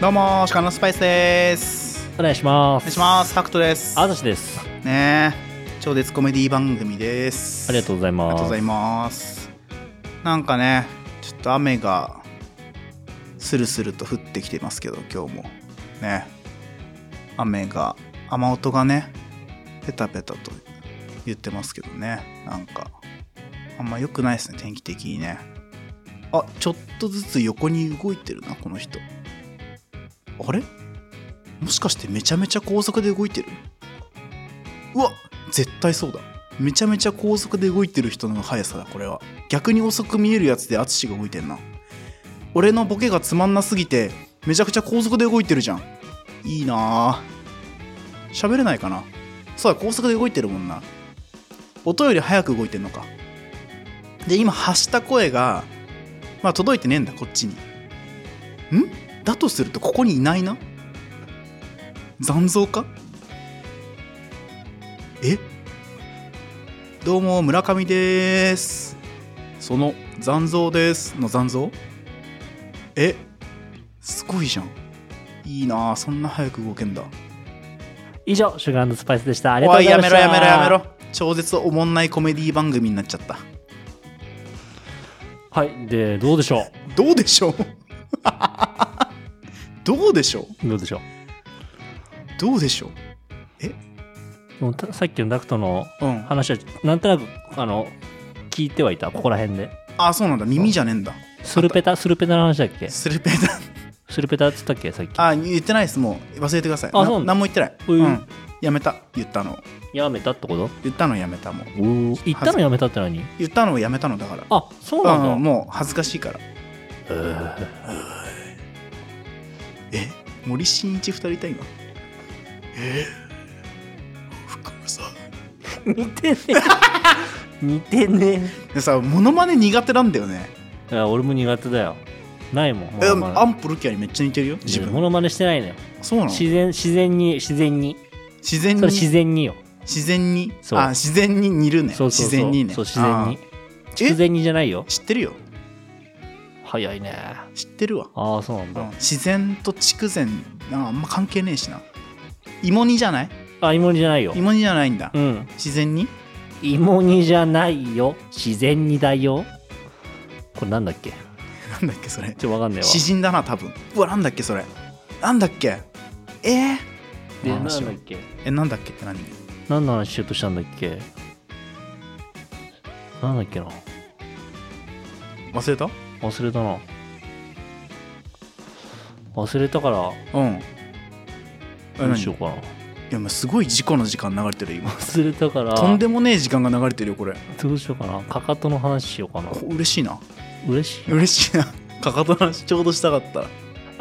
どうもー、鹿のスパイスです。お願いしまおす。願いします。タクトです。あざしです。ねえ、超絶コメディ番組です。ありがとうござあいります。がとうございます。なんかね、ちょっと雨がスルスルと降ってきてますけど、今日も。ね。雨が、雨音がね、ペタペタと言ってますけどね。なんか、あんま良くないですね、天気的にね。あ、ちょっとずつ横に動いてるな、この人。あれもしかしてめちゃめちゃ高速で動いてるうわ絶対そうだ。めちゃめちゃ高速で動いてる人の速さだこれは逆に遅く見えるやつで淳が動いてんな俺のボケがつまんなすぎてめちゃくちゃ高速で動いてるじゃんいいなあ喋れないかなそうだ高速で動いてるもんな音より早く動いてんのかで今発した声がまあ届いてねえんだこっちにんだとするとここにいないな残像かえどうも村上ですその残像ですの残像えすごいじゃんいいなあそんな早く動けんだ以上、シュガースパイスでした。あありがとうございやまめしろた。やめろやめろ超絶おもんないコメディ番組になっちゃったはい、で、どうでしょどうでしょう どうでしょううどうでしょどうでしょううもうたさっきのダクトのうん話は、なんとなく、あの、聞いてはいた、ここら辺で。あそうなんだ耳じゃねえんだスルペタ、スルペタの話だっけスルペダスルペタっつったっけさっき。あ言ってないですもう忘れてくださいあなそうなんだ何も言ってない、うんうん、やめた言ったのやめたってこと言ったのやめたもう言ったのやめたって何言ったのをやめたのだからあ、そうなんだ。うんもう恥ずかしいからえーえ森進一二人いた今え深野さん似てね え。似てねでさモノマネ苦手なんだよねえ。いや、俺も苦手だよ。ないもん。モえノマネアンプルキアにめっちゃ似てるよ自モ分ノマネしてないのよ。そうなの自然、自然に、自然に。自然そにれ自然によ。自然にそうあ自然に似るねそうそうそう自然にねそう自然にあ筑前煮じゃないよー知ってるよ早いね知ってるわああそうなんだ、うん自然と筑前ああんま関係ねえしな芋煮じゃないあ芋煮じゃないよ芋煮じゃないんだうん自然に 芋煮じゃないよ自然煮だよこれなんだっけなんだっけそれちょっとわかんないわ詩人だな多分うわなんだっけそれなんだっけえー、でなんだ話をっけえなんだっけって何何の話しようとしたんだっけなんだっけな忘れた忘れたな忘れたからうんえどう何しよういかなやもうすごい事故の時間流れてる今忘れたからとんでもねえ時間が流れてるよこれどうしようかなかかとの話しようかなこ嬉しいな 嬉しい嬉しいなかかとの話ちょうどしたかった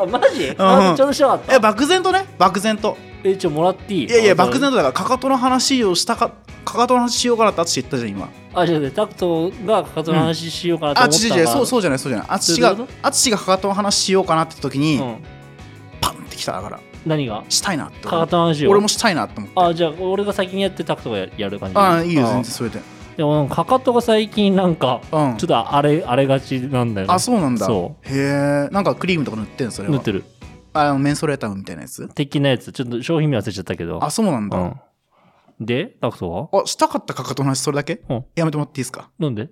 あマジあちょうどしなかったえ漠然とね漠然とえ、ちょ、もらっていいいやいやあ漠然とだからかかとの話をしたかかかとの話しようかなって淳言ったじゃん今あ、じゃあ、タクトがかかとの話しようかなとあ思っ違たうから、違うそうそうじゃないそうじゃない淳がどういうこ淳がかかとの話しようかなって時に、うんパンってきただから何がしたいなって思ってかかとの話を。俺もしたいなって思ってあ、じゃあ、俺が先にやってタクトがややる感じ。ああいいよ全然それででも、なんかかかとが最近、なんか、うんちょっとあれ、あれがちなんだよね。あそうなんだそへえんかクリームとか塗ってんのそれは塗ってる。あのメンソレータムみたいなやつ的なやつ。ちょっと商品名忘れちゃったけど。あそうなんだ、うん。で、タクトはあしたかったかかとの話それだけ、うんやめてもらっていいですかなんで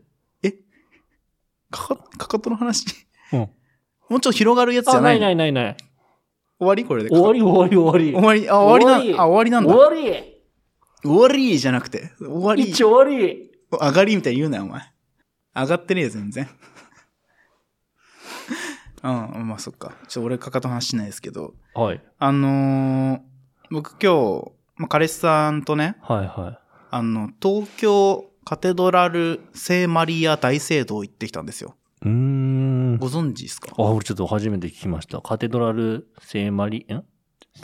かかかかとの話 うん。もうちょっと広がるやつじゃあ、なないいのないないない。終わりこれで終わり終わり終終わわりあ終わり終わなりあ終わりなり。ん終だわり終わりじゃなくて終わり一応終わり上がりみたいに言うなよお前上がってねえよ全然 うんまあそっかちょっと俺かかとの話しないですけどはい。あのー僕今日、まあ、彼氏さんとね、はいはあの、東京カテドラル聖マリア大聖堂行ってきたんですよ。い。うーん。ご存知ですかあ、俺ちょっと初めて聞きました。カテドラル聖マリ、ん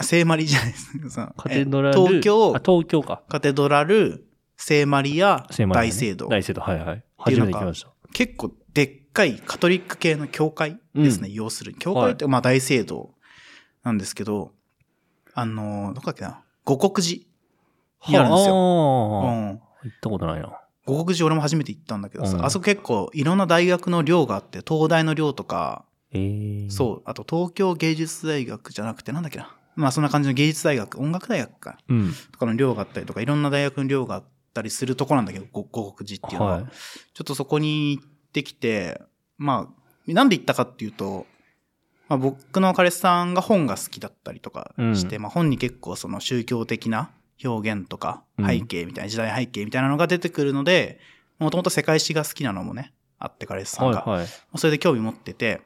聖マリじゃないですそのカテドラル。え東京あ、東京か。カテドラル聖マリア聖マリアね大聖堂。大聖堂、はいはていい。う初のめがて聞きました。結構でっかいカトリック系の教会ですね、要するに。教会って、まあ大聖堂なんですけど、あのー、どこだっけな五国寺にあるんですよ。うよ。ん。行ったことないな。五国寺俺も初めて行ったんだけどさ、うんあそこ結構いろんな大学の寮があって東大の寮とかえー、そう、あと東京芸術大学じゃなくてなんだっけな。まあそんな感じの芸術大学、音楽大学か。う。うん。とかの寮があったりとか、いろんな大学の寮があったりするとこなんだけど、ご護国寺っていうのは。はい。ちょっとそこに行ってきて、まあ、なんで行ったかっていうと、まあ、僕の彼氏さんが本が好きだったりとかして、うまあ本に結構その宗教的な表現とかうん背景みたいな、時代背景みたいなのが出てくるので、もともと世界史が好きなのもね、あって彼氏さんが。はいはい。それで興味持ってて、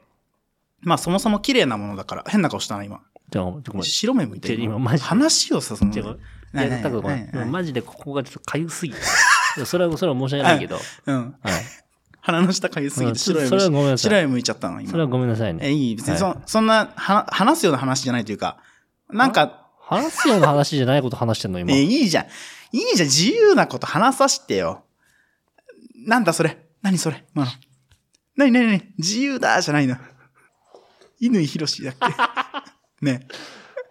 まあそもそも綺麗なものだから、変な顔したな今。じゃあ、ちょっとごめん。白目向いてる。ちょ今マジで話をさ、その。じゃあいなや、いなだいからごめんないないマジでここがちょっとかゆすぎて。 いやそれは、それは申し訳ないけど。うん。はい。鼻の下かゆすぎうんてそ白れいそれはごめんなさ白い。い向いちゃったの今。それはごめんなさいえ、ね。いい。別にはそ、そんな、は、話すような話じゃないというか、なんか、話すような話じゃないこと話してんの、今え、。いいじゃん。いいじゃん。自由なこと話さしてよ。なんだそれ。何それ。まあ、何何何自由だじゃないの。犬井博士だっけね。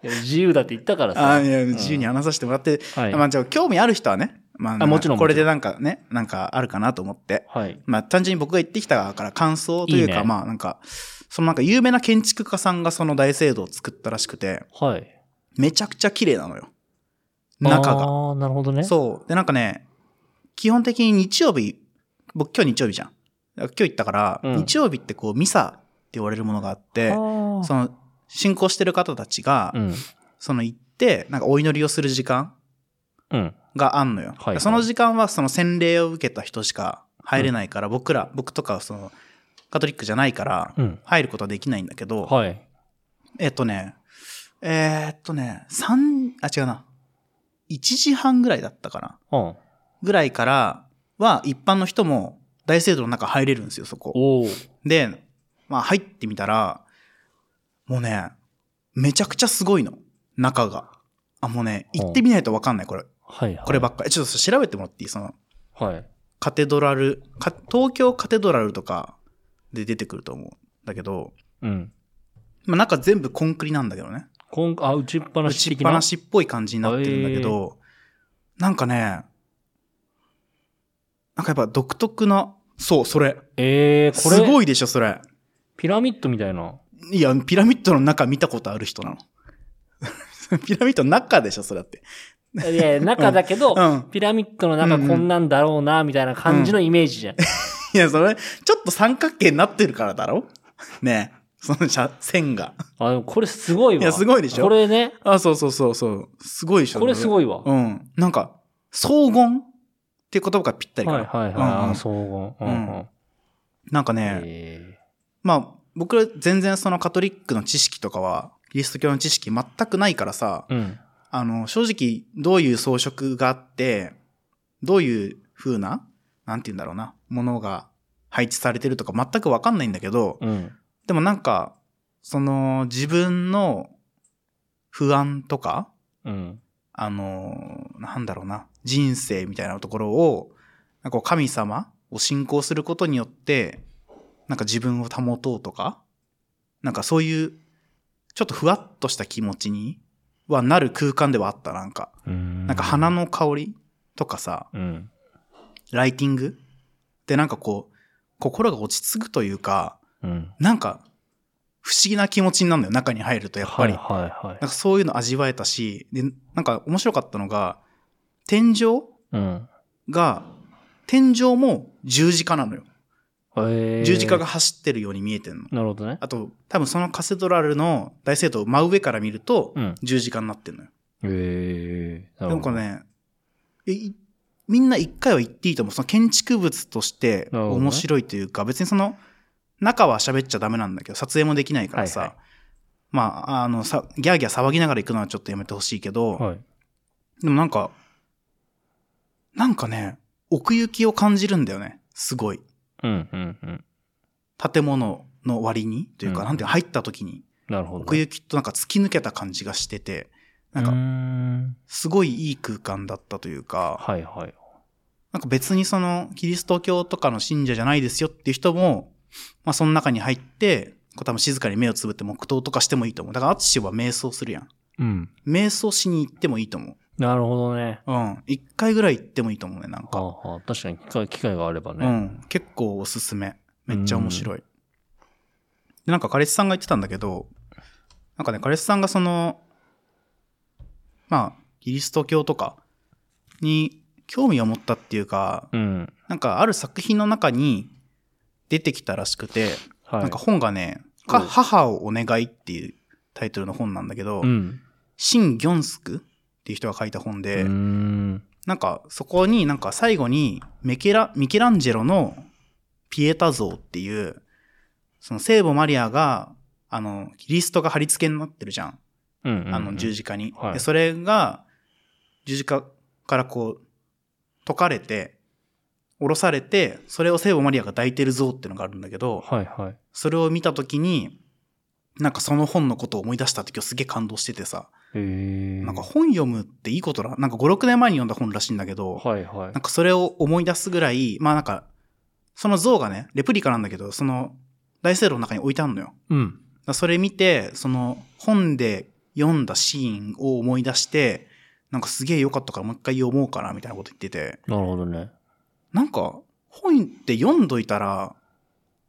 いや自由だって言ったからさ。あいや、うん自由に話させてもらって、はいまあ、じゃあ、興味ある人はね、まあ、あもちろんこれでなんかね、なんかあるかなと思って。はい。まあ、単純に僕が行ってきたから感想というか、いいねまあ、なんか、そのなんか有名な建築家さんがその大聖堂を作ったらしくて、はい。めちゃくちゃ綺麗なのよ。中が。ああ、なるほどね。そう。で、なんかね、基本的に日曜日、僕今日日曜日じゃん。だから今日行ったから、うん日曜日ってこう、ミサって言われるものがあって、ああその、信仰してる方たちが、うん。その行って、なんかお祈りをする時間うん。があんのよ。はいはいその時間はその洗礼を受けた人しか入れないから、僕ら、僕とかはその、カトリックじゃないからう、ん。入ることはできないんだけど、はい。えっとね、えーっとね、三あ、違うな。1時半ぐらいだったかな。うん。ぐらいからは、一般の人も大聖堂の中入れるんですよ、そこ。おお。で、まあ入ってみたら、もうね、めちゃくちゃすごいの。中が。あ、もうね、行ってみないとわかんない、これ。はい。こればっかり。ちょっと調べてもらっていいその、はい。カテドラル、か東京カテドラルとかで出てくると思うんだけど、うん。まあ中全部コンクリなんだけどね。こんあ、打ちっぱな打しちっ的ぱな。なしっぽい感じになってるんだけど、なんかね、なんかやっぱ独特な、そう、それ。ええー、こすれ、ごいでしょ、それ。ピラミッドみたいな。いや、ピラミッドの中見たことある人なの。 ピラミッドの中でしょ、それだって。いや、中だけど、うん。ピラミッドの中こんなんだろうな、みたいな感じのイメージじゃん。いや、それ、ちょっと三角形になってるからだろねえ。その斜線が。あ、でもこれすごいわ。いやすごいでしょこれね、あ、そうそうそうそう。すごいでしょ。これすごいわ。い。うん。なんか、荘厳っていう言葉がぴったりかはな。いはいはい。うんうんあ、そう。うんうん。なんかね、えまあ、僕ら全然そのカトリックの知識とかは、キリスト教の知識全くないからさ、ーうん。あの、正直、どういう装飾があって、どういう風な、なんて言うんだろうな、ものが配置されてるとか全くわかんないんだけど、うん。でもなんか、その、自分の不安とか、うん。あの、なんだろうな、人生みたいなところを、なんかこう神様を信仰することによって、なんか自分を保とうとか、なんかそういう、ちょっとふわっとした気持ちにはなる空間ではあった、なんか。ななんか花。の香りとかさ、うん。ライティングでなんかこう、心が落ち着くというか、うん。なんか、不思議な気持ちになるんだよ、中に入ると、やっぱり。はいはいはいなんかそういうの味わえたし、で、なんか面白かったのが、天井。うん。が、天井も十字架なのよ。えー十字架が。走ってるように見えてんの。なるほどね。あと、多分そのカセドラルの大聖堂を真上から見るとう、ん。十字架になってんのよ。ええ。なでるもほこど。れね、えいみんな一回は行っていいと思う。その建築物としてなるほどね面白いというか、別にその、中は喋っちゃダメなんだけど、撮影もできないからさ、はいはいまあ、あの、さ、ギャーギャー騒ぎながら行くのはちょっとやめてほしいけど、はい。でもなんか、なんかね、奥行きを感じるんだよね。すごい。うんうんうん。建物の割にというか、うんなんていうの入った時になるほどね。奥行きとなんか突き抜けた感じがしてて、なんうーかんすごいいい空間だったというか、はいはい。なんか別にそのキリスト教とかの信者じゃないですよっていう人も、まあその中に入って、こう多分静かに目をつぶって黙祷とかしてもいいと思う。だからアツシは瞑想するやん。うん。瞑想しに行ってもいいと思う。なるほどね。うん。一回ぐらい行ってもいいと思うね、なんはか。あはあ、確かに機会機会があればうね。ん。結構おすすめ。めっちゃ面白い。で、なんか彼氏さんが言ってたんだけど、なんかね、彼氏さんがその、まあ、キリスト教とかに興味を持ったっていうか、うん。なんかある作品の中に出てきたらしくて、はい。なんか本がね、かうん母をお願いっていうタイトルの本なんだけど、うん。シン・ギョンスクっていう人が書いた本で、うーん。なんかそこになんか最後にメケラ、ミケランジェロのピエタ像っていう、その聖母マリアが、あの、キリストが貼り付けになってるじゃん。うんうんうんあの十字架に。はいでそれが、十字架からこう、解かれて、下ろされて、それを聖母マリアが抱いてる像っていうのがあるんだけど、はいはい。それを見たときに、なんかその本のことを思い出したって今日すげえ感動しててさ、へえ。なんか本読むっていいことだ。なんか5、6年前に読んだ本らしいんだけど、はいはないん。かそれを思い出すぐらい、まあなんか、その像がね、レプリカなんだけど、その大聖堂の中に置いてあるのよ。うん。だからそれ見て、その本で読んだシーンを思い出して、なんかすげえ良かったからもう一回読もうかなみたいなこと言ってて、なるほどね。なんか本って読んどいたら、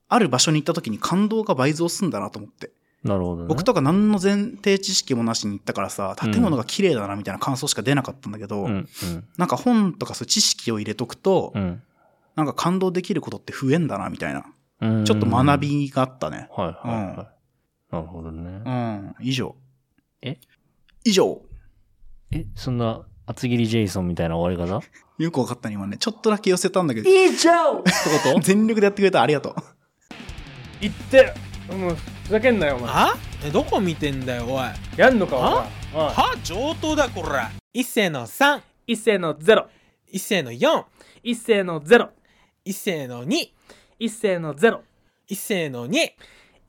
ある場所に行った時に感動が倍増すんだなと思って。なるほどね。僕とか何の前提知識もなしに行ったからさ、建物が綺麗だなみたいな感想しか出なかったんだけど、うんなんか本とかそういう知識を入れとくと、うん。なんか感動できることって増えんだなみたいな。うん。ちょっと学。びがあったね。はいはいはい。なるほどねう。ん、以上。え以上。え、そんな厚切りジェイソンみたいな終わり方 よくわかったね、今ね。ちょっとだけ寄せたんだけど、以上ってこと 全力でやってくれた。ありがとう。言ってもうふざけんなよお前はえどこ見てんだよおいやんのかお前はおいは上等だこら一世の3一斉のゼロ一世の4一斉のゼロ一世の2一斉のゼロ一世の2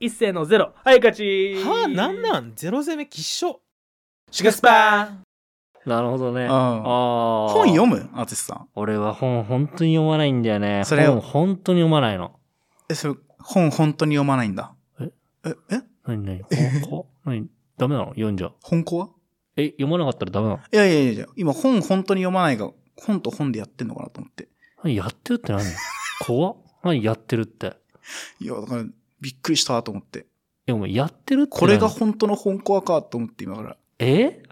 一斉のゼロはい勝ちはあなんなんゼロ攻めきっしょシュガスパなるほどね。んああ。本読む淳さん。俺は本本当に読まないんだよね。それ本本当に読まないの。え、それ、本本当に読まないんだ。ええ、え何何 本当何ダメなの読んじゃう。本校はえ、読まなかったらダメなのいやいやいやいや、今本本当に読まないが、本と本でやってんのかなと思って。何やってるって何怖っ何やってるって。いや、だから、びっくりしたと思って。え、お前やってるって何これが本当の本コアかと思って今から。え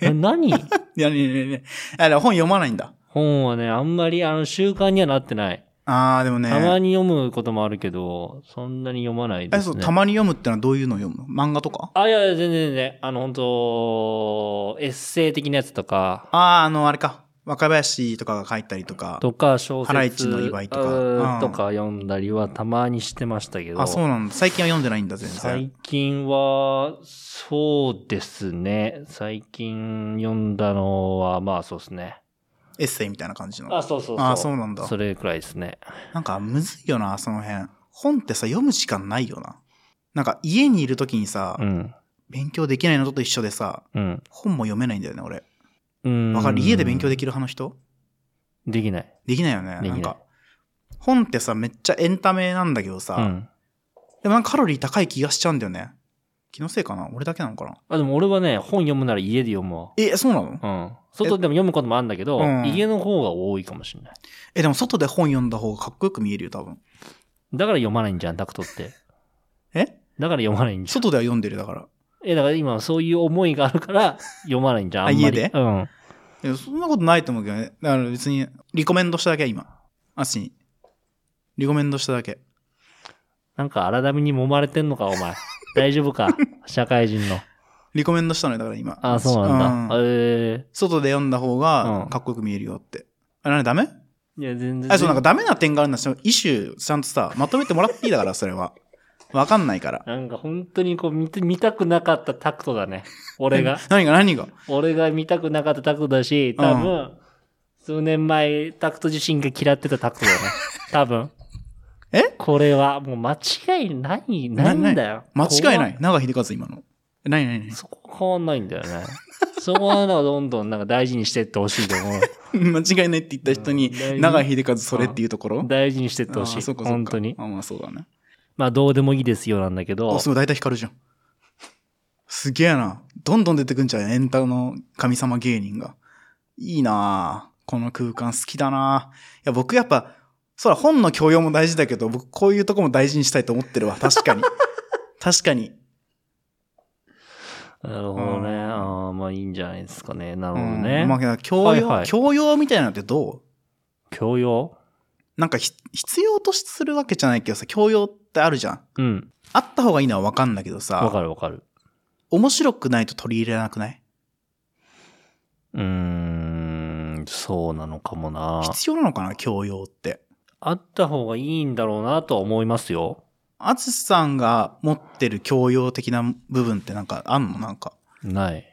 え何いやいやいやいやいや、でも本読まないんだ。本はね、あんまりあの習慣にはなってない。あー、でもね。たまに読むこともあるけど、そんなに読まないでえ、すそね。う、たまに読むってのはどういうのを読むの漫画とかあ、いやいや、全然全然。あの、本当エッセイ的なやつとか、あー、あの、あれか。若林とかが書いたりとか。とか、小説ハライチの祝いとかうんとか読んだりはたまにしてましたけど。あ、そうなんだ。最近は読んでないんだ、全然。最近は、そうですね。最近読んだのは、まあそうですね。エッセイみたいな感じの。あ、そうそうそう。あーそうなんだそれくらいですね。なんかむずいよな、その辺。本ってさ、読む時間ないよな。なんか家にいる時にさ、うん。勉強できないのと一緒でさ、うん。本も読めないんだよね、俺。うん。わかる家で勉強でできる派の人きできない。できないよね。できなないんか、本ってさ、めっちゃエンタメなんだけどさ、うん。でもなんかカロリー高い気がしちゃうんだよね。気のせいかな俺だけなのかなあ、でも俺はね、本読むなら家で読むわ。え、そうなのうん。外でも読むこともあるんだけど、うん家の方が多いかもしれない。え、でも外で本読んだ方がかっこよく見えるよ、多分。だから読まないんじゃん、ダクトって。えだから読まないんじゃん。外では読んでるだから。え、だから今そういう思いがあるから読まないんじゃん。ああんまり家でうん。いやそんなことないと思うけどね。だから別に、リコメンドしただけ、今。あっちに。リコメンドしただけ。なんか荒波に揉まれてんのか、お前。大丈 夫か社会人の。リコメンドしたのよ、だから今。あ、そうなんだ。うんえ外で読んだ方がうんかっこよく見えるよって。あ、なんでダメえいや、全然。あ、そう、なんかダメな点があるんだよ。イシューちゃんとさ、まとめてもらっていいだから、それは。わかんないから。なんか本当にこう見て、見たくなかったタクト だね。俺が。何が何が俺が見たくなかったタクトだし、多分、数年前、タクト自身が嫌ってたタクトだね。多分。 えこれは、もう間違いない、なないんだよ。間違い怖ない。長秀和、今の。何何何 そこは変わんないんだよね。 そこはなんかどんどんなんか大事にしてってほしいと思う。間違いないって言った人にうん大、事長秀和それっていうところ 大事にしてっあてほしーい。そうかそうか本当に。あ、まあそうだね。まあどうでもいいですよなんだけどあ、す、ごい、大体光るじゃん。すげえな。どんどん出てくんじゃん、エンタの神様芸人が。いいなあこの空間好きだなあいや、僕やっぱ、そら本の教養も大事だけど、僕こういうとこも大事にしたいと思ってるわ。確 かに。確かに。なるほどね。うんああ、まあいいんじゃないですかね。なるうほどんね。まあけど教養、はいはい教養みたいなのってど教養うなんかひ必要とするわけじゃないけどさ、教養ってあるじゃん。うん。あった方がいいのはわかんだけどわかさ、るわかる。面白くないと取り入れなくないうーん、そうなのかもな。必要なのかな教養って。あった方がいいんだろうなとは思いますよ。あつさんが持ってる教養的な部分ってなんかあんのなんか。ない。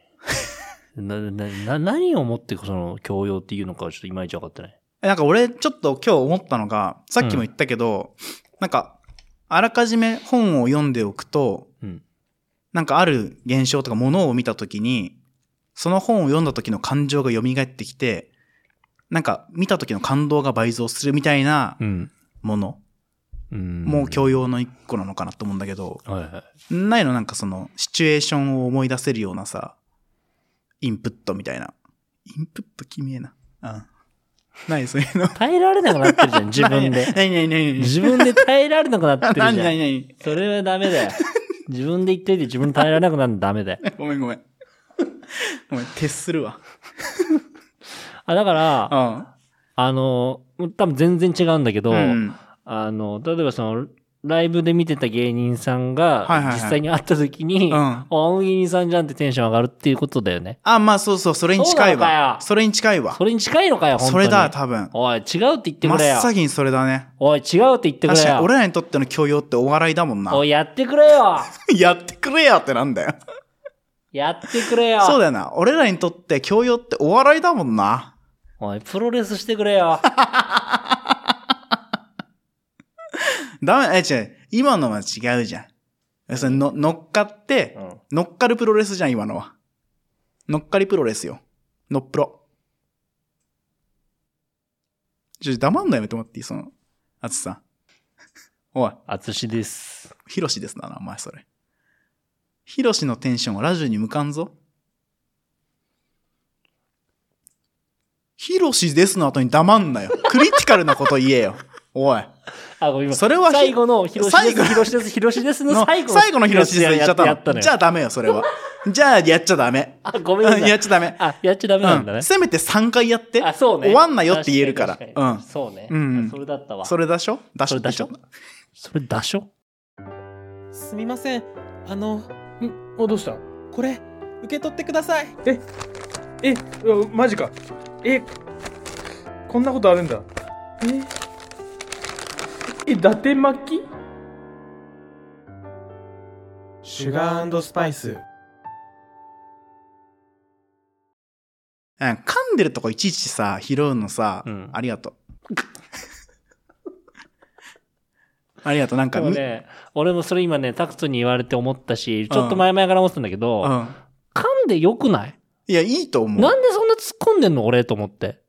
な、な、な、何をもってその教養っていうのかはちょっといまいち分かってない。えなんか俺ちょっと今日思ったのが、さっきも言ったけど、なんか、あらかじめ本を読んでおくと、うん。なんかある現象とかものを見たときに、その本を読んだ時の感情が蘇ってきて、なんか見た時の感動が倍増するみたいなうん。もの、うん。もう教養の一個なのかなと思うんだけど、はいはい。ないのなんかそのシチュエーションを思い出せるようなさ、インプットみたいな。インプットきめえな。うん。ないそういうの。耐えられなくなってるじゃん、自分で。 ないないないない。自分で耐えられなくなってるじゃ何 ん。何何それはダメだよ。自分で言っといて自分耐えられなくなるのダメだよ。ごめんごめん。ごめん、徹するわ。あ、だから、うん。あの、多分全然違うんだけど、うん。あの、例えばその、ライブで見てた芸人さんがはいはいは、い実際に会った時に、うんあ、あの芸人さんじゃんってテンション上がるっていうことだよね。あ、まあそうそう、それに近いそうなのかわ。よそれに近いわ。それに近いのかよ、本そ当に。れだ、多分。おい、違うって言って真くれっよ。先にそれだね。おい、違うって言ってくれ確かに、よ。俺らにとっての教養ってお笑いだもんな。おい、やってくれ よ。やってくれやってなんだよ。やってくれよ。そうだよな。俺らにとって教養ってお笑いだもんな。おい、プロレスしてくれよ。ダメ、え、違う。今のは違うじゃんえ。それの乗っかってう、ん乗っかるプロレスじゃん、今のは。乗っかりプロレスよ。乗っプロ。ちょ、黙んのやめてもらっていいその、あつさん。 おい、あつしです。ひろしですな、お前それ。ひろしのテンションはラジオに向かんぞ。ひろしですの後に黙んなよ。クリティカルなこと言えよ。おい。あ、ごめん、今それはひ最後の、広しです、広しです、広しですの最後の。最 後の広瀬です言っちゃったのやったのよじゃあダメよ、それは。じゃあ やっちゃダメ。あ、ごうめんなさんい。やっちゃダメ。あ、やっちゃダメなんだうねん。せめて3回やって。あ、そうね。終わんなよって言えるから。確にう確んに。そうね。うんあそれだったわ。そそれ、れだしょだしょだしょそれだしょすみませんあのんおどうしたこれ受け取ってくださいえうマジかえこんなことあるんだええ伊達巻きシュガースパイうスん噛んでるとこいちいちさ、拾うのさうん、ありがとう。 ありがとう、なんでか、もむね、俺もそれ今ね、タクトに言われて思ったし、ちょっとうん前々から思ってたんだけうど、ん。噛んでよくないいや、いいと思うな。んでそんな突っ込んでんの俺と思って。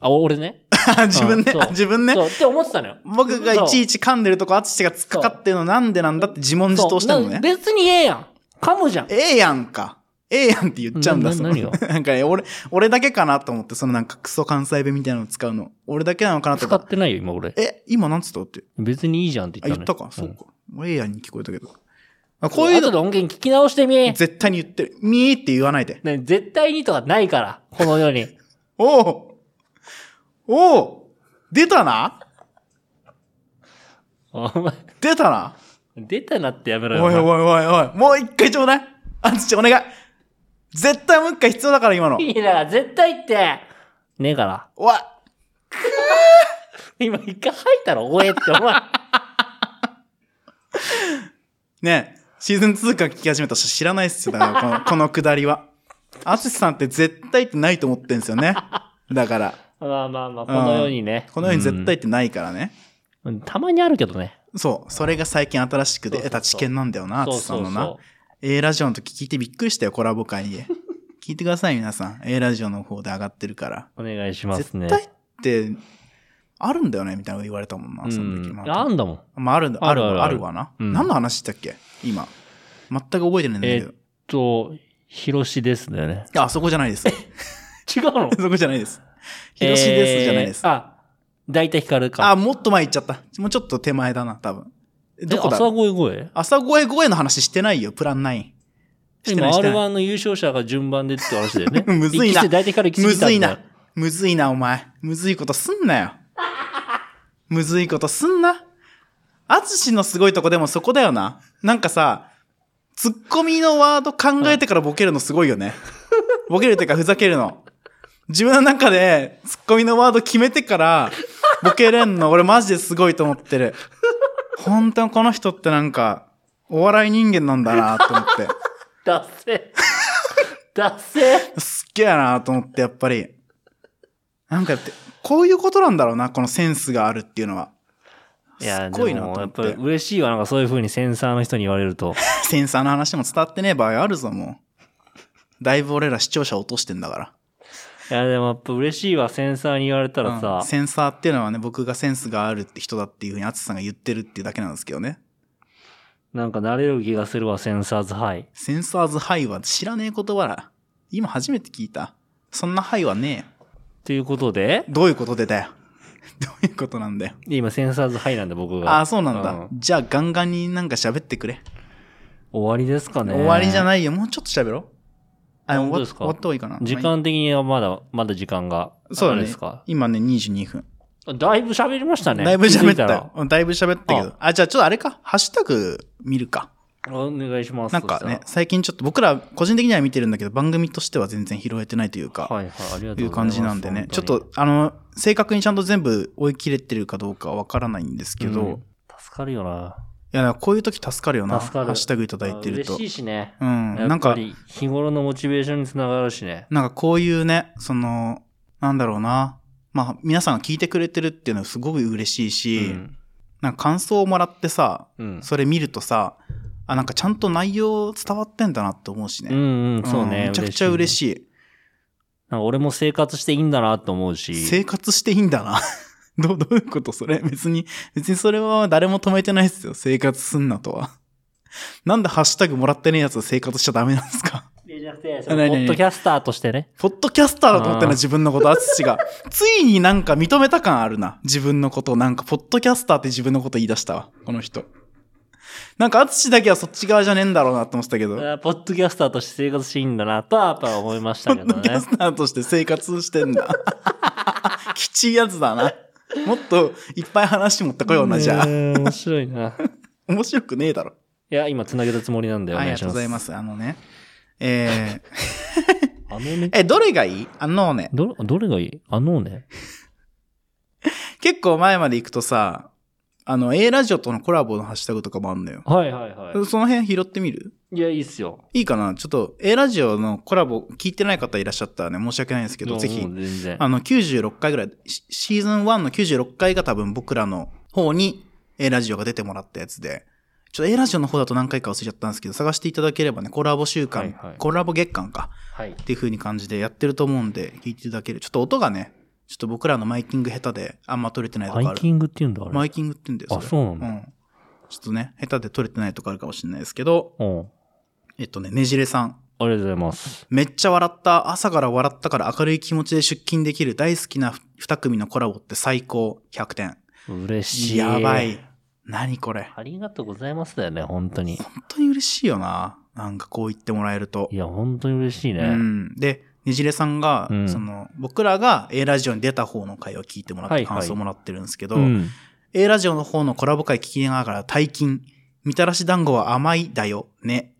あ、お俺ね。 自分ねうんそ、う自分ね。そう、って思ってたのよ。僕がいちいちち噛んでるとこ、淳が突っかかってるのなんでなんだって自問自答してんのね。別にええやん。噛むじゃん。ええやんか。ええやんって言っちゃうんだ、なその。何をなんかね、俺、俺だけかなと思って、そのなんかクソ関西弁みたいなの使うの。俺だけなのかなと使か。ってないよ、今俺。え、今なんつったって。別にいいじゃんってあ、言っ言たっのたよか、んそうか。ええやんに聞こえたけど。あここうういいううの。後での、音源聞き直してみ。絶対に言ってる。みーって言わないで。ね、絶対にとかないから、この世に。 おおおお出たなお前、出たな出たなってやめおろいよ。おいお前おいおい。もう一回ちょうだい。あつち、お願い。絶対もう一回必要だから、今の。いいな、絶対って。ねえから。おい。今一回吐いたろ、おえって、お前。 ねえ、シーズン2から聞き始めた人知らないっすよ。だから この、このくだりは。アツシさんって絶対ってないと思ってんすよね。だから、まあまあまあ、この世にね。この世に絶対ってないからね。うん。たまにあるけどね。そう、それが最近新しくでそうそうそう得た知見なんだよな、アそツうシさそんうのなそ。 A ラジオの時聞いてびっくりしたよ、コラボ会で。聞いてください、皆さん。A ラジオの方で上がってるから。う。お願いします絶ね。対って、あるんだよね、みたいなの言われたもんな、その時。うん。まああ、んだもん。まあ、あるんだ、ああるるあるわ、ああるるわな。うん何の話したっけ今。全く覚えてないんだけど。と、ひろしですだ よね。あ、そこじゃないです。違うのそこじゃないです。広しですじゃないです。えーあ、大体光るか。あ、もっと前行っちゃった。もうちょっと手前だな、多分。えどこだえ朝声声朝声声の話してないよ、プラン9。して今ないして R1 の優勝者が順番でって話 だよね。むずいな一期生大体から来むずいんだよな。。むずいな、お前。むずいことすんなよ。 むずいことすんな。あつしのすごいとこでもそこだよな。なんかさ、ツッコミのワード考えてからボケるのすごい よね。ボケるというかふざけるの。自分の中でツッコミのワード決めてからボケれんの、俺マジですごいと思ってる。本当にこの人ってなんか、お笑い人間なんだなと思って。だせ。 だせ。すっげえなと思って、やっぱり。なんかやって、こういうことなんだろうな、このセンスがあるっていうのは。いすや、っごいなでとも思やっってぱり嬉しいわ。なんかそういう風にセンサーの人に言われると。センサーの話も伝わってねえ場合あるぞ、もう。だいぶ俺ら視聴者落としてんだから。 いや、でもやっぱ嬉しいわ。センサーに言われたらうんさ。センサーっていうのはね、僕がセンスがあるって人だっていうふうに、あつさんが言ってるっていうだけなんですけどね。なんか慣れる気がするわ、センサーズハイ。センサーズハイは知らねえ言葉だ。今初めて聞いた。そんなハイはねえ。ということで、どういうことでだよ。 どういうことなんだよ。で今センサーズハイなんで僕が。ああ、そうなんだ。うんじゃあガンガンになんか喋ってくれ。終わりですかね。終わりじゃい。ないよ。もうちょっと喋ろう。あ、本終当わですか終わった方がいいかな。時まあい間的にはまだ、まだ時間が。いそうだあれね。ですか。今ね、22分。だいぶ喋りましたね。だいぶ気づ喋っいたらよ。。うんだいぶ喋ったけど。あ、じゃあちょっとあれか。ハッシュタグ見るか。お願いします。なんかね、そし最近ちょっと僕ら個人的には見てるんだけど、番組としては全然拾えてないというたらか、はいはい、ありがとうございます。いう感じなんでね。ちょっ本当と、あの、正確にちゃんと全部追い切れてるかどうかわからないんですけど、ういん助かるよな。や、だからこういう時助かるよな。助かるハッシュタグいただいてる嬉とし。いしね。うん。やなんっぱか、り日頃のモチベーションにつながるしね。なんかこういうね、その、なんだろうな。まあ、皆さんが聞いてくれてるっていうのはすごく嬉しいし、うんなんか感想をもらってさ、うん。それ見るとさ、あ、なんかちゃんと内容伝わってんだなって思うしうね。んうん、そうんね。めちゃくちゃ嬉しい。なんか俺も生活していいんだなと思うし。生活していいんだな。 どう、どういうことそれ別に、別にそれは誰も止めてないですよ。生活すんなとは。なんでハッシュタグもらってねえやつは生活しちゃダメなんですかじゃなくて、そそののポポッッドドキキャスターとしてね。ポッドキャスターだと思ってあな、ー自分のこと、あつし が。ついになんか認めた感あるな。自分のことを、なんか、ポッドキャスターって自分のこと言い出したわ、この人。なんか、あつしだけはそっち側じゃねえんだろうなって思ってたけど、あポッドキャスターとして生活していいんだなとはやっぱ思いましポたけッどドキャね。スターとして生活してんだ。 きちいやつだな。もっといっぱい話持ってこような、じゃあう。ん面白いな。面白くねえだろ。いや、今つなげたつもりなんだよ。ありがとうございます。あのね。えー、す。あのね。え、どれがいいあのね。ど、どれがいいあのね。結構前まで行くとさ、あの、A ラジオとのコラボのハッシュタグとかもあんのよ。はいはいはその辺拾ってみるい。いや、いいっすよ。いいかなちょっと A ラジオのコラボ聞いてない方いらっしゃったらね、申し訳ないんですけいど、やぜひも、う全然。あの、96回ぐらい、シシーズン1の96回が多分僕らの方に A ラジオが出てもらったやつで、ちょっと A ラジオの方だと何回か忘れちゃったんですけど、探していただければね、コラボ週間、はいはいコラボ月間か、はい。っていう風に感じでやってると思うんで、聞いていただける。ちょっと音がね、ちょっと僕らのマイキング下手であんま取れてないとこあハる。イキングって言うんだ、あれ。マイキングって言うんだよ。あ、そうなんうだ。ん。ちょっとね、下手で取れてないとこあるかもしれないですけど、うん。あえっとね、ねじれさん。りがとうございます。めっちゃ笑った。朝から笑ったから明るい気持ちで出勤できる大好きな2組のコラボって最高。100点。嬉しい。やば。い。何これ。ありがとうございますだよね、本当に。本当に嬉しいよな。なんかこう言ってもらえるとい。や、本当に嬉しいうね。ん。で、ねじれさんが、うんその、僕らが A ラジオに出た方の回を聞いてもらっはいてはい感想をもらってるんですけど、ん。 A ラジオの方のコラボ会聞きながら大金。みたらし団子は甘いだよね。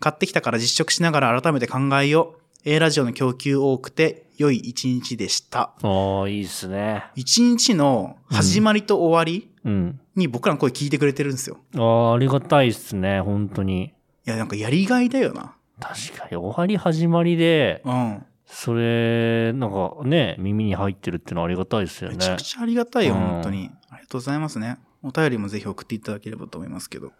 買ってきたから実食しながら改めて考えよう。A ラジオの供給多くて良い一日でした。ああ、いいっすね。一日の始まりと終わりうん。に僕らの声聞いてくれてるんですよ。ああ、ありがたいっすね、本当に。いや、なんかやりがいだよな。確かに、終わり始まりで、うん。それ、なんかね、耳に入ってるってのはありがたいっすよめちゃねく。ちゃありがたいよ、うん本当に。ありがとうございますね。お便りもぜひ送っていただければと思いますけど。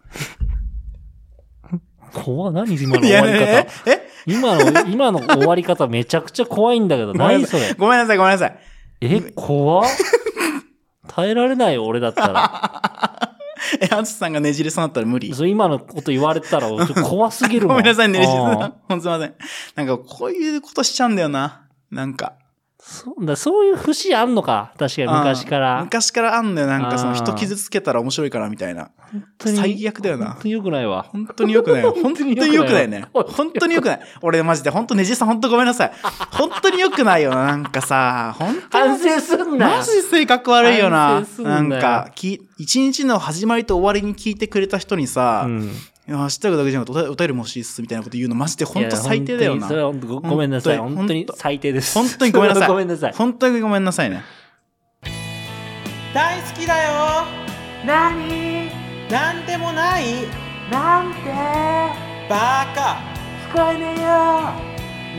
怖い何今のい終やわりね方。ええ今の、今の終わり方めちゃくちゃ怖いんだけど、ごめん何なそされい。。ごめんなさい、ごめんなさい。え、怖っ耐えられないよ俺だっ たら。え、あつさんがねじれそうになったら無理。そう今のこと言われたら、ちょっと怖 すぎるもん。ごめんなさいね、レジさうんん。ほんとすいません。なんか、こういうことしちゃうんだよな。なんか。そうだ、そういう節あんのか。確かに昔かうんら。昔からあんだよなんかそのあー人傷つけたら面白いからみたいな本当に最悪だよな本当に良くないわ。本当によく ない本当によくないね本本当によくない俺マジで本当ねじさん本当ごめんなさい本当によくないよななんかさ本当反に省すんなマジで性格悪いよな反省すんななよんかき一日の始まりと終わりに聞いてくれた人にさ「うんいやハッシュタグだけじゃなくてお便お便りも欲しいっす」みたいなこと言うのマジで本当最低だよいやな本当にそれは本当ごごめんなさい。本当に本当に最低です。本当にごめんなさいごめんなさい。本当にごめんなさいね大好きだよ何なんでもないなんてバカ聞こえねえよ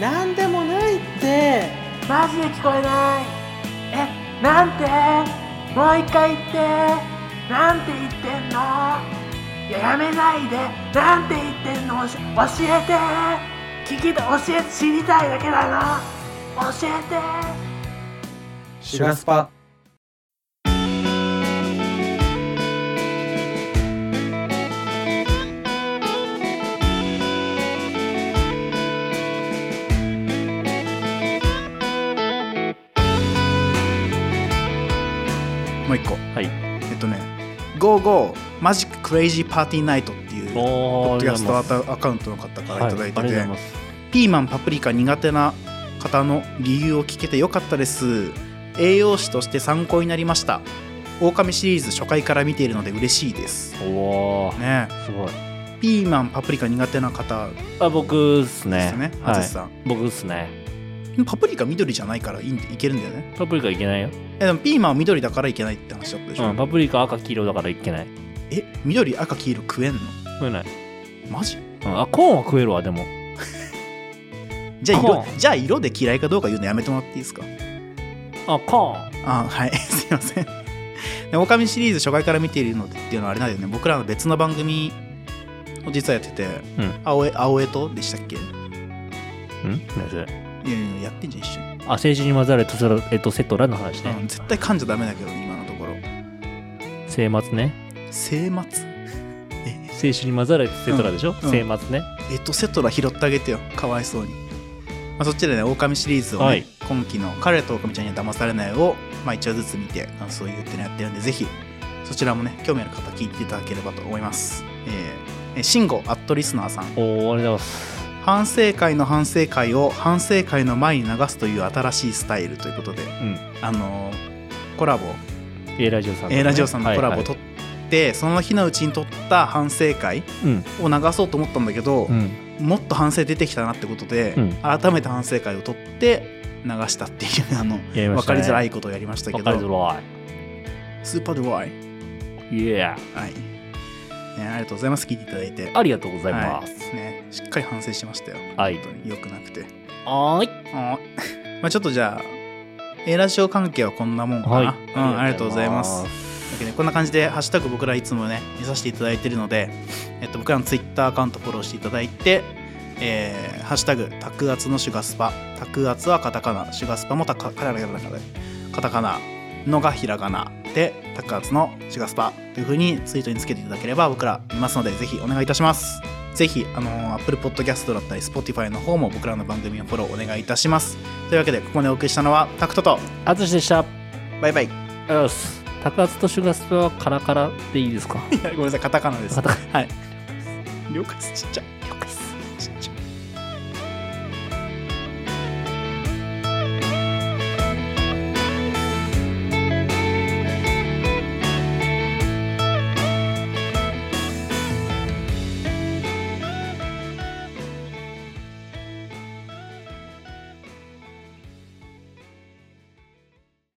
なんでもないってマジで聞こえないえなんてもう一回言ってなんて言ってんのいややめないでなんて言ってんの教えて聞きた教えて知りたいだけだな教えてシュガスパもう一個はいえっとね「GoGo マジッククレイジーパーティーナイト」っていうポおッドーキャストあアりがとうございますカアカウントの方からいただいてはて、ありがとうございますピーマンパプリカ苦手な方の理由を聞けてよかったです栄養士として参考になりました狼シリーズ初回から見ているので嬉しいですおーねすごい。ピーマンパプリカ苦手な方であ、僕っすね。すね淳、はい。さん僕っすね。パプリカ緑じゃないからいいんいけるんだよねパプリカいけないよ。えでもピーマンは緑だからいけないって話だったでしょ、うん、パプリカ赤黄色だからいけない。え緑赤黄色食えんの食えない。マジうん、あ、コーンは食えるわ、でも。じゃあコ色ーじゃあ色で嫌いかどうか言うのやめてもらっていいですかあ、コーン。あはい すいませんで狼シリーズ初回から見ているのでっていうのはあれなんだよね僕らの別の番組を実はやってて「うん青え青えと」でしたっけいん何それやいややってんじゃん一緒に、あ、政治に混ざれとそれ、えっと、セトラの話うねん。絶対噛んじゃダメだけどね今のところ聖末ね。聖末政治に混ざれとセトラでしょうん聖末ね。えっとセトラ拾ってあげてよかわいそうに、まあ、そっちでね狼シリーズを、ねはい今期の「彼と狼ちゃんには騙されないを」まあ、一話ずつ見て感想を言うっていうのやってるんでぜひそちらもね興味ある方聞いていただければと思いますえーえ慎吾アットリスナーさんおー、ありがとうございます。反省会の反省会を反省会の前に流すという新しいスタイルということで、んあのーコラボ、 A ラジオさんとね。 A ラジオさんのコラボを撮とって、その日のうちに撮った反省会うん。を流そうと思ったんだけどう、ん。もっと反省出てきたなってことで、うん改めて反省会を撮って流したっていうあ のやりま分したかねりづらいことをやりましたけわかりどづらスーパードライ、い。いや、はいね、ありがとうございます聞いていただいて。ありがとうございまはす。いね、しっかり反省しましたよ、はい本当に良くなくて。はーい。あー まあちょっとじゃあ A ラジオ関係はこんなもんかな、はいうん、ありがとうございますありがとうございだけどねこんな感じで「ハッシュタグ僕らいつもね見させていただいてるので、えっと、僕らの Twitter アカウントフォローしていただいて「えーハッシュタグタクアツのシュガスパ」「タクアツはカタカナ」「シュガスパ」もタカカタカナカタカナのがひらがなでタクアツのシュガスパというふうにツイートにつけていただければ僕ら見ますのでぜひお願いいたしますぜひ、あのー、Apple Podcast だったり Spotify の方も僕らの番組のフォローお願いいたしますというわけでここまでお送りしたのはタクトとます。あつしでした。バイバイよし。高津とシュガスパはカラカラでいいですかごめんなさいカタカナですカタカはい了解ですちっちゃい